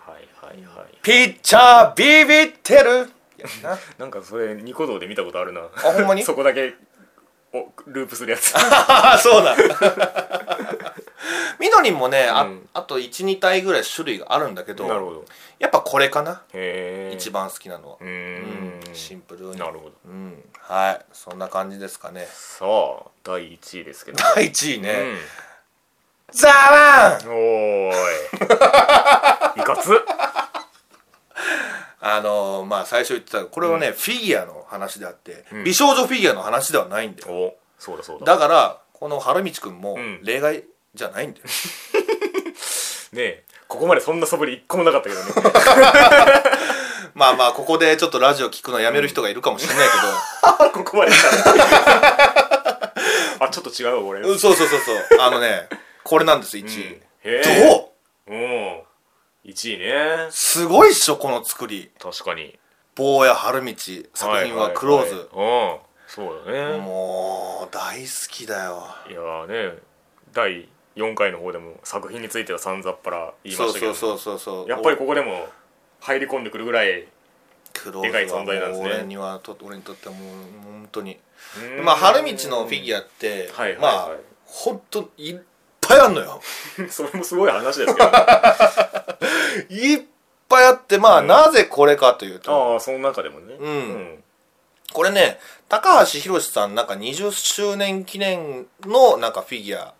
S1: はいはいはい
S2: ピッチャービビってるやつなあ
S1: なんかそれニコ動で見たことあるな
S2: ほんまに
S1: そこだけをループするやつ
S2: あそう だみのりんもね、あ
S1: うん
S2: あと12体ぐらい種類があるんだけど
S1: なるほど
S2: やっぱこれかな、
S1: へえ
S2: 一番好きなのは
S1: う、ーん
S2: うんシンプルに
S1: なるほど
S2: うんはいそんな感じですかね
S1: さあ第1位ですけど
S2: 第1位ね、
S1: うん
S2: ザワン
S1: おー いいかつ
S2: あのーまあ最初言ってたこれはね、フィギュアの話であって、
S1: うん
S2: 美少女フィギュアの話ではないんだよ
S1: おそうだそうだ
S2: だからこの春道くんも
S1: ん
S2: 例外じゃないんだよ、
S1: ねえここまでそんな素振り一個もなかったけど ね
S2: まあまあここでちょっとラジオ聞くのやめる人がいるかもしれない
S1: ここまで来た あちょっと違 うわ俺
S2: けど、うん、そうそうそうそうあのねこれなんです1位、
S1: へ
S2: どう
S1: ううん1位ね
S2: すごいっしょこの作り
S1: 確かに
S2: 坊や春道作品はクローズ、
S1: いはいはいうんそうだね
S2: もう大好きだよ
S1: いやーね第4回の方でも作品についてはさんざっぱら言いま
S2: そう
S1: したけ
S2: そ
S1: ど
S2: うそうそうそう
S1: やっぱりここでも入り込んでくるぐらい
S2: クロ
S1: でかい
S2: ーズは
S1: 存
S2: も
S1: 在なんです
S2: う
S1: ね
S2: 俺にはと俺にとってはもう本当にまあ春道のフィギュアって
S1: はいはいはい
S2: まあ本当いっぱいあんの よ
S1: アそれもすごい話 ですけど、ね、
S2: いっぱいあってまあ
S1: うん
S2: なぜこれかというと
S1: ああその中でもね
S2: うん
S1: ん
S2: これね高橋宏さんなんか20周年記念のなんかフィギュア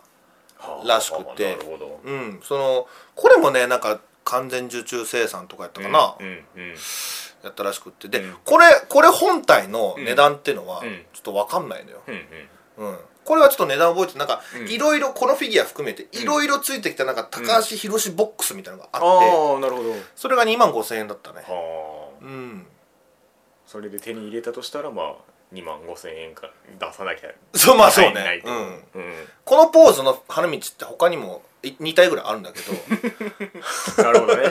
S1: はあ
S2: らしくて
S1: なるほど
S2: うんそのこれもねなんか完全受注生産とかやったかな、
S1: うんうん
S2: やったらしくってで、
S1: うん
S2: これこれ本体の値段っていうのは
S1: う
S2: ちょ
S1: ん
S2: っと分かんないのよ、
S1: うんうん
S2: うん、これはちょっと値段覚えてなんか
S1: うん
S2: いろいろこのフィギュア含めていろいろついてきたなんか高橋宏ボックスみたいなのがあって、
S1: ああなるほど
S2: それが2万5千円だったね
S1: はあ
S2: うん
S1: それで手に入れたとしたらまあ2万5千円か出さなきゃ
S2: そうまあそう
S1: ない
S2: ね、
S1: と
S2: うん、
S1: うん、
S2: このポーズの花道って他にも2体ぐらいあるんだけ
S1: なるほどね、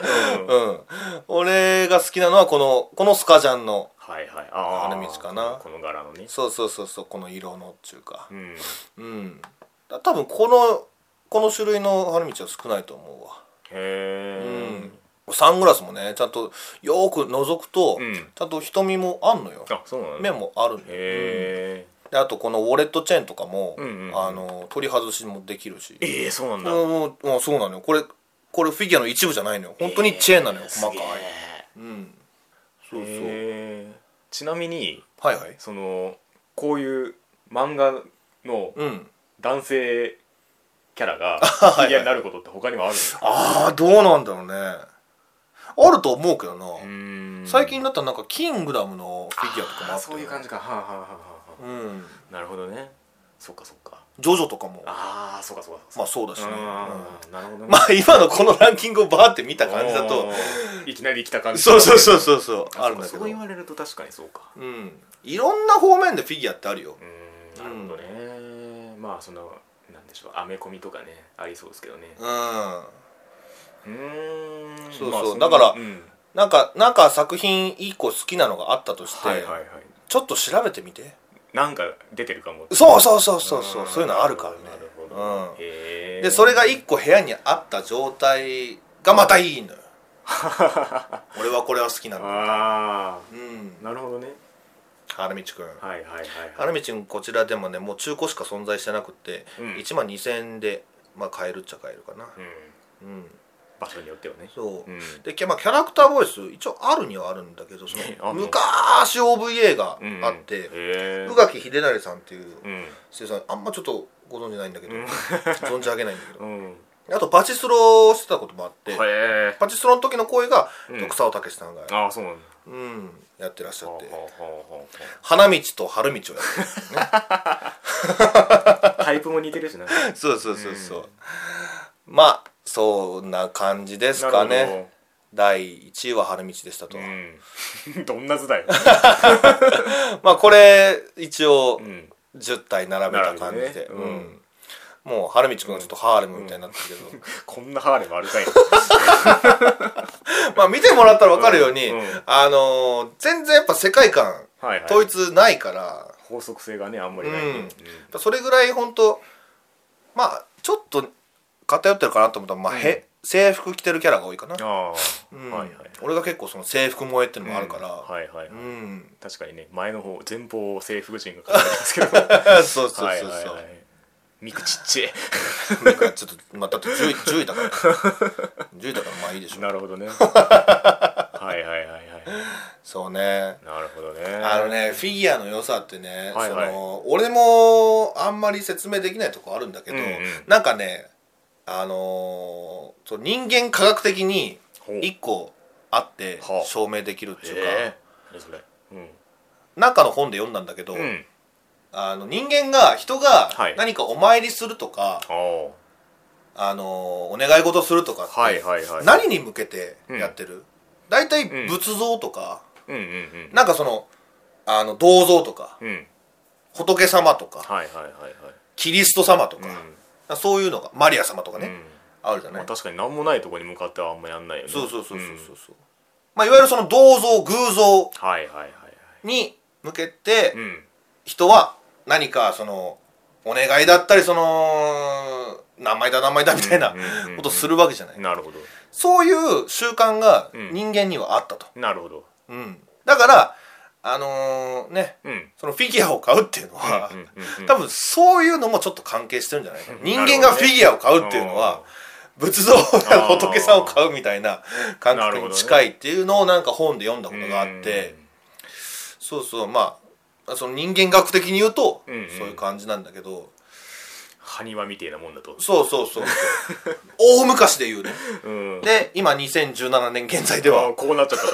S1: うん
S2: ど、うん、俺が好きなのはこのこのスカジャンの
S1: はいはいああ
S2: 花道かな
S1: この柄のね
S2: そうそうそうそうこの色のっていうか
S1: うん
S2: うんだ多分このこの種類の花道は少ないと思うわ
S1: へえ、
S2: サングラスもねちゃんとよーく覗くと、
S1: うん
S2: ちゃんと瞳もあんのよ
S1: あそうなの
S2: 目もあるんで,、
S1: へえ、
S2: であとこのウォレットチェーンとかも、
S1: うんうんうん
S2: あの取り外しもできるし
S1: ええそうなん
S2: こ
S1: だ
S2: れももうそうなのよこれこれフィギュアの一部じゃないのよ本当にチェーンなのよ、
S1: え
S2: 細かい
S1: すげ
S2: うんそうそう、
S1: えへえちなみに
S2: はいはい
S1: そのこういう漫画の
S2: うん
S1: 男性キャラが
S2: い
S1: フ
S2: はい
S1: ィギュアになることって他にもあるんですか
S2: ああどうなんだろうねあると思うけどな、
S1: うん
S2: 最近だったらなんかキングダムのフィギュアとかもあ
S1: あ
S2: っ
S1: ー
S2: て
S1: そういう感じかはあ、はあはあはあは
S2: うん
S1: あ、なるほどねそっかそっか
S2: ジョジョとかも
S1: ああそうかそうかそうか
S2: まあそうだしね、うん
S1: あーなるほどね
S2: まあ今のこのランキングをバーって見た感じだ
S1: お
S2: と
S1: ーいきなり来た感じ
S2: そうそうそうそうそうあるんだけ
S1: そうかそう
S2: ど
S1: 言われると確かにそうか
S2: うんいろんな方面でフィギュアってあるよ
S1: うーんなるほどね、まあそのなんでしょうアメコミとかねありそうですけどね
S2: うん
S1: うーん
S2: そうそう
S1: の
S2: だから
S1: うん
S2: なんかなんか作品一個好きなのがあったとして、
S1: はいはいはい
S2: ちょっと調べてみて
S1: なんか出てるかも
S2: そうそうそうそうそう
S1: ーん
S2: そういうのあるからね
S1: なるほど、
S2: うん
S1: へえ
S2: でそれが一個部屋にあった状態がまたい いのよ俺はこれは好きなんだ
S1: あ
S2: うん
S1: あなるほどね
S2: 原道くん
S1: はいはいはいはい
S2: 原道くんこちらでもねもう中古しか存在してなくって、
S1: うん
S2: 1万2000円で、まあ、買えるっちゃ買えるかな
S1: うん、
S2: うん
S1: 場所によってはね
S2: そう、
S1: うん
S2: でキャ,、まあ、キャラクターボイス一応あるにはあるんだけどそ
S1: あ
S2: の
S1: んの
S2: 昔 OVA が
S1: うん
S2: あって
S1: へえ
S2: 宇垣秀成さんっていう
S1: うん
S2: 生産あんまちょっとご存じないんだけど、
S1: うん
S2: 存じ上げないんだけど
S1: うんへ
S2: あとパチスロをしてたこともあって
S1: え
S2: パチスロの時の声が
S1: うん
S2: 徳沢武さんが、
S1: ああそうなんだ
S2: うんやってらっしゃって
S1: はあはあは
S2: 花道と春道をやって
S1: あはあタイプも似てるしな
S2: るそうそうそうそう、まあそんな感じですか
S1: なるほ
S2: ね
S1: ど
S2: 第1位は春道でしたと、
S1: うん、 どんな図だよ、
S2: まあこれ一応、
S1: うん、
S2: 10体並べた感じ
S1: 並べ
S2: で、
S1: てね
S2: う
S1: うん
S2: んもう春道くんがちょっとハーレムみたいになってるけど、
S1: こんなハーレムあるかい
S2: まあ見てもらったら分かるように、
S1: うんうん
S2: あのー全然やっぱ世界観
S1: はい、はい、
S2: 統一ないから、
S1: 法則性がねあんまりない、
S2: うん
S1: ねうん
S2: それぐらい本当まあちょっと偏ってるかなと思ったら、まあへ制服着てるキャラが多いかな、
S1: ああ、
S2: うん
S1: はいはい
S2: 俺が結構その制服萌えっていうのもあるから、
S1: うんはいはい、はい
S2: うん、
S1: 確かにね前の方前方を制服人が考えてますけど
S2: そうそうそうそう、
S1: はいはいはいミクちっち
S2: なんかちょっとまあだって10位10位だから10位だからまあいいでし
S1: ゃ
S2: ょ
S1: なるほ どねはいはいはいはい
S2: そうね
S1: なるほどね
S2: あのね、フィギュアの良さってね、
S1: はいはい
S2: その俺もあんまり説明できないとこあるんだけど、
S1: うんうん
S2: なんかね、あのーそう人間科学的に
S1: ほう
S2: 一個あって
S1: ほう
S2: 証明できるっていうか、
S1: ええ何それうん
S2: なんかの本で読んだんだけど、
S1: うん
S2: あの人間が人が
S1: はい
S2: 何かお参りするとか、
S1: ああ
S2: あのーお願い事するとかって、
S1: はいはいはい
S2: 何に向けてやってる、大体
S1: うん
S2: 仏像とか、
S1: うんうんうん
S2: なんかそのあの銅像とか
S1: うん
S2: 仏様とか
S1: はいはいはいはい
S2: キリスト様とか。
S1: うん
S2: あそういうのがマリア様とかね、
S1: うん
S2: あるじゃ
S1: ま
S2: ない
S1: あ、確かに何もないとこに向かってはあんまやんないよね
S2: そうそうそうそうそ
S1: ん
S2: うそう、まあいわゆるその銅像偶像
S1: はいはいはいはい
S2: に向けて
S1: うん
S2: 人は何かそのお願いだったりその何枚だ何枚だみたいな
S1: うんうんうんうん
S2: ことするわけじゃない、
S1: なるほど
S2: そういう習慣が
S1: うん
S2: 人間にはあったと、
S1: なるほど
S2: うん、だからあのーね
S1: うん
S2: そのフィギュアを買うっていうのは、
S1: うんうんうん
S2: 多分そういうのもちょっと関係してるんじゃないかな人間がフィギュアを買うっていうのは仏像や仏さんを買うみたいな感覚に近いっていうのをなんか本で読んだことがあって、そうそうまあその人間学的に言うとそう
S1: うんうん
S2: いう感じなんだけど
S1: 埴輪みたいなもんだと
S2: そうそうそう そう大昔で言うね
S1: うん
S2: で今2017年現在で
S1: で
S2: は
S1: こうなっちゃった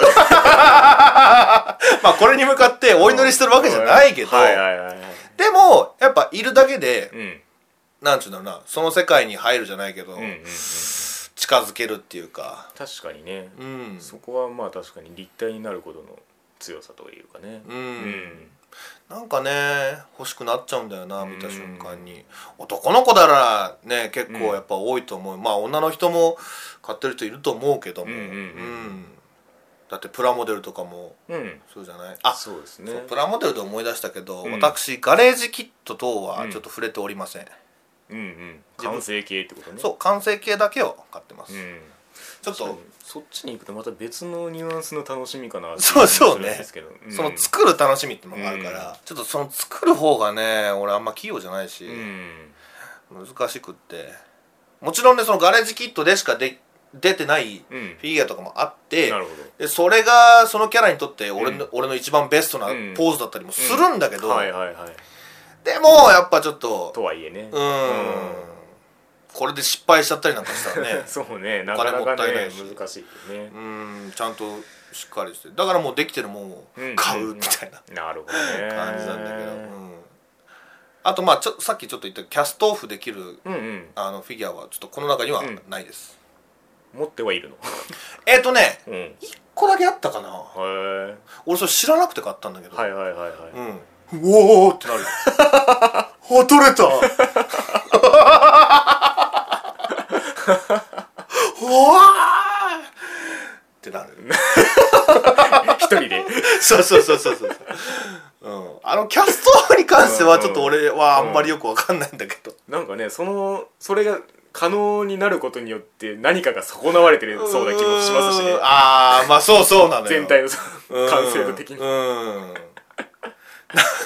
S2: まあこれに向かってお祈りしてるわけじゃないけど
S1: はいはいはいはい
S2: でもやっぱいるだけで
S1: うん
S2: なんちゅうんだろうなその世界に入るじゃないけど
S1: うんうんうん
S2: 近づけるっていうか
S1: 確かにね
S2: うん
S1: そこはまあ確かに立体になることの強さというかね
S2: う
S1: うんん
S2: なんかね欲しくなっちゃうんだよな
S1: うん
S2: 見た瞬間に男の子ならね結構やっぱ多いと思う、まあ女の人も買ってる人いると思うけども、
S1: うんうんうん
S2: うんだってプラモデルとかも
S1: うん
S2: そうじゃないあ
S1: そうですね
S2: そうプラモデルで思い出したけど、
S1: うん
S2: 私ガレージキット等は
S1: うん
S2: ちょっと触れておりません、
S1: うんうん
S2: 自分
S1: 完成形ってことね
S2: そう完成形だけを買ってます、
S1: うん
S2: ちょっと、
S1: そっちに行くとまた別のニュアンスの楽しみかなって
S2: そうそう
S1: 気が
S2: ね
S1: するんですけどうん
S2: その作る楽しみってのがあるから、
S1: うん
S2: ちょっとその作る方がね俺あんま器用じゃないし、
S1: うん
S2: 難しくってもちろんねそのガレージキットでしかで出てないフ
S1: うん
S2: ィギュアとかもあって、
S1: なるほど
S2: でそれがそのキャラにとって俺の,、
S1: うん
S2: 俺の一番ベストな
S1: うん
S2: ポーズだったりもするんだけど、
S1: はいはいはい
S2: でもやっぱちょっと
S1: とはいえね
S2: うんこれで失敗しちゃったりなんかしたらね
S1: うん そうねな
S2: お金
S1: か
S2: も
S1: な
S2: った
S1: か
S2: いない
S1: ね
S2: し
S1: 難しいよね
S2: うんちゃんとしっかりしてだからもうできてるもんを
S1: うん
S2: 買うみたいな
S1: なるほどね
S2: 感じなんだけど、うんあとまあちょさっきちょっと言ったキャストオフできる
S1: うんうん
S2: あのフィギュアはちょっとこの中には
S1: うん
S2: ないです、
S1: 持ってはい るの
S2: えっ、とね
S1: うんへ
S2: 1個だけあったかな
S1: え
S2: 俺それ知らなくて買ったんだけど、
S1: はいはいはいはい
S2: うんうおーってなるあ取れたうわーってなる
S1: 一人で
S2: そうそうそうそうそう、うん、あのキャストオフに関してはちょっと俺はあんまりよくわかんないんだけど、
S1: なんかねそのそれが可能になることによって何かが損なわれてるそうな気もしますしね
S2: うーんああまあそうそうなのよ
S1: 全体のその
S2: うん
S1: 完成度的に
S2: うんな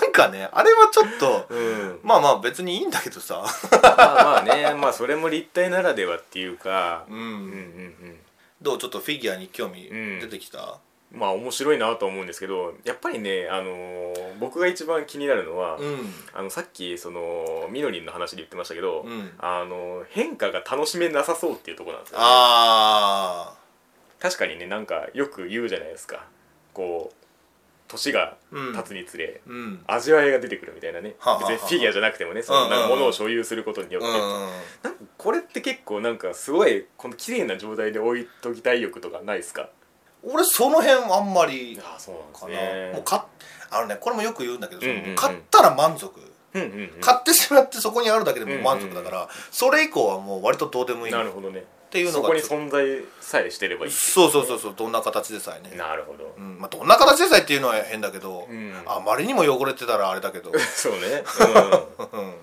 S2: んかねあれはちょっと
S1: うん
S2: まあまあ別にいいんだけどさ
S1: まあまあねまあそれも立体ならではっていうか
S2: う
S1: うんうんん
S2: どうちょっとフィギュアに興味
S1: うん
S2: 出てきた
S1: うんまあ面白いなとは思うんですけどやっぱりねあのー僕が一番気になるのは
S2: うん、
S1: あのさっきそのみのりんの話で言ってましたけど
S2: うん
S1: あの変化が楽しめなさそうっていうところなんですよね
S2: ああ
S1: 確かにねなんかよく言うじゃないですかこう年が経つにつれ、
S2: うんうん
S1: 味わいが出てくるみたいなね、
S2: はあはあはあ
S1: 別にフィギュアじゃなくてもねそ
S2: うん
S1: の
S2: うんう
S1: な
S2: ん
S1: んか物を所有することによって、なんかこれって結構なんかすごいこの綺麗な状態で置いときたい欲とかないですか
S2: 俺その辺あんまり
S1: あそうなん
S2: かな、もう買っあのねこれもよく言うんだけど、その
S1: うんうんうん
S2: 買ったら満足
S1: うんうんうん
S2: 買ってしまってそこにあるだけでもう満足だから、それ以降はもう割とどうでもいい
S1: な
S2: っ
S1: るほどね
S2: ていうの
S1: そ
S2: が
S1: こに
S2: ちょっ
S1: 存在さえしてればい
S2: と
S1: い
S2: そうそうそうそうどんな形でさえね、
S1: なるほど
S2: う、んまあ、どんな形でさえっていうのは変だけど、
S1: うん、
S2: あまりにも汚れてたらあれだけど
S1: そうね、
S2: うん
S1: うん、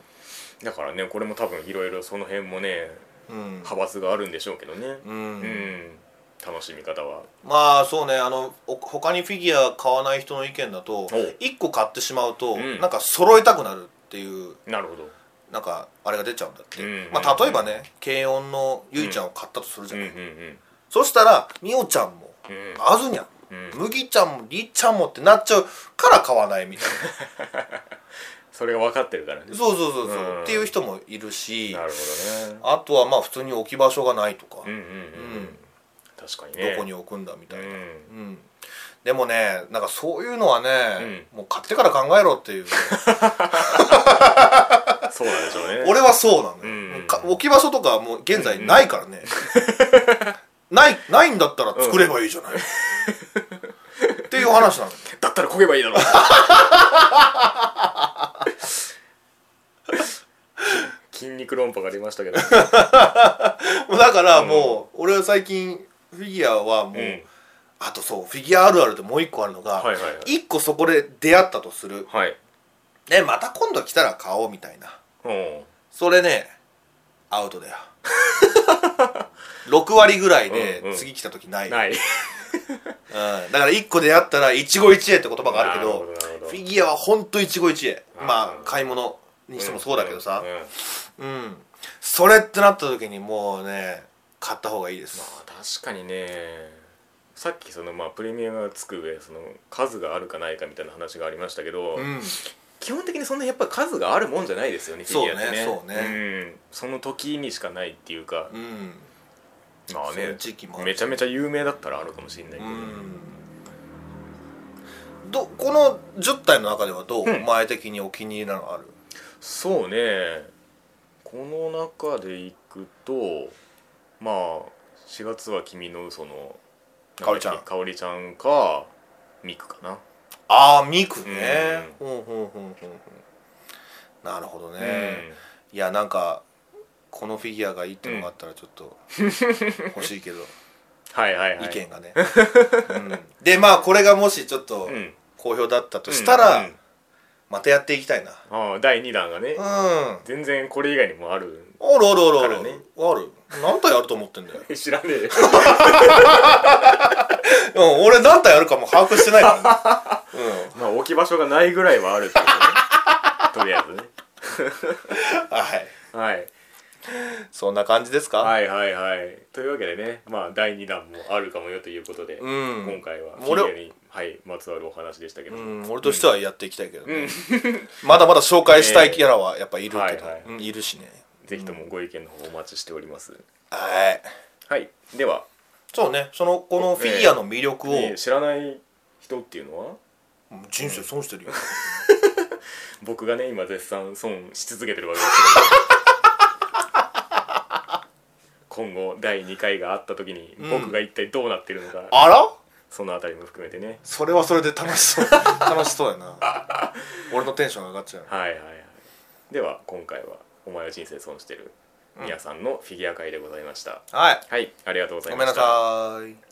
S1: だからねこれも多分いろいろその辺もね
S2: うん、
S1: 派閥があるんでしょうけどね
S2: う
S1: うんん、楽しみ方は
S2: まあそうねあのお他にフィギュア買わない人の意見だと
S1: おう
S2: 1個買ってしまうと、
S1: うん
S2: なんか揃えたくなるっていう
S1: なるほど
S2: なんかあれが出ちゃうんだって、
S1: うん
S2: まあ、例えばね軽音のゆいちゃんを買ったとするじ
S1: う
S2: ゃ
S1: ん
S2: な
S1: う
S2: い、
S1: んうん
S2: そしたらみおちゃんも
S1: うん
S2: あずにゃん
S1: うん、
S2: 麦ちゃんもりっちゃんもってなっちゃうから買わないみたい
S1: それが分かってるからね
S2: なそうそうそうそう、
S1: うん
S2: っていう人もいるし
S1: なるほどね
S2: あとはまあ普通に置き場所がないとか、
S1: うんうんうん、
S2: うん
S1: 確かに
S2: ど
S1: ね
S2: こに置くんだみた
S1: う
S2: いな、
S1: ん
S2: うんでもねなんかそういうのはね、もう買ってから考えろっていう
S1: そうなんでしょうね
S2: 俺はそうなのよ、
S1: うん
S2: もうか置き場所とかもう現在ないからね、ないないんだったら作ればいいじゃない、っていう話なの
S1: だったら焦げばいいだ ろう筋肉論破が出ましたけど、
S2: もうだからもう、俺は最近フィギュアはもう、
S1: うん
S2: あとそうフィギュアあるあるでもう一個あるのが、
S1: はいはいはい
S2: 一個そこで出会ったとする
S1: はい
S2: でまた今度来たら買おうみたいな
S1: うん
S2: それねアウトだよ6割ぐらいで
S1: うんうん
S2: 次来た時ないよ、
S1: ない
S2: うん、だから1個出会ったら一期一会って言葉があるけど
S1: なるほどなるほど
S2: フィギュアはほんと一期一会
S1: あー
S2: まあ買い物にしてもそうだけどさ
S1: うんうんま
S2: うんそれってなった時にもうね買った方がいいです
S1: あ確かにねさっきそのまあプレミアムがつく上その数があるかないかみたいな話がありましたけど、
S2: うん
S1: 基本的にそんなやっぱ数があるもんじゃないですよねフィギュアってね
S2: そうねそうね
S1: うん、その時にしかないっていうか、
S2: うん
S1: まあ
S2: そうい
S1: ね
S2: う時期もある
S1: めちゃめちゃ有名だったらあるかもしれないけど、
S2: うんどこの10体の中ではどう、
S1: うん
S2: 前的にお気に入りなのある
S1: そうねこの中でいくとまあ4月は「君の嘘の
S2: かおりちゃん
S1: かおりちゃんかミクかな
S2: ああミクねうんうんうんうんうんなるほどね、いやなんかこのフィギュアがいいってのがあったらちょっと欲しいけど、
S1: はいはいはい
S2: 意見がね、うんでまあこれがもしちょっと
S1: うん
S2: 好評だったとしたら、
S1: うん
S2: またやっていきたいな
S1: ああ第2弾がね、
S2: うんあ
S1: 全然これ以外にもある
S2: るあるあるあ
S1: から
S2: る、
S1: ね
S2: ある何体あると思ってんだよ
S1: 知らねえよ
S2: うん、俺何体あるかも把握してないからね、
S1: まあ置き場所がないぐらいはあるっ てことねとりあえずね
S2: うん、はい
S1: はい
S2: そんな感じですか
S1: はいはいはいというわけでねまあ第2弾もあるかもよということで、
S2: うん
S1: 今回はフィギ
S2: 俺
S1: ュアに、はい、まつわるお話でしたけど、
S2: うん、俺としてはやっていきたいけど ね、まだまだ紹介したいキャラはやっぱいるけど、
S1: はいはい
S2: うんいるしね
S1: ぜひともご意見の方お待ちしております、
S2: はい
S1: はいでは、
S2: そうねそのこのフィギュアの魅力を、
S1: ね知らない人っていうのは
S2: 人生損してるよ
S1: 僕がね今絶賛損し続けてるわけです けど今後第2回があった時に
S2: うん
S1: 僕が一体どうなってるのか、
S2: あら
S1: そのあたりも含めてね
S2: それはそれで楽し そう楽しそうやな俺のテンション上がっちゃう
S1: はいはいはいでは今回は「お前は人生損してる」皆さんのフィギュア会でございました、
S2: はい
S1: はいありがとうござい
S2: ご
S1: ま
S2: めん
S1: し
S2: な
S1: た
S2: さい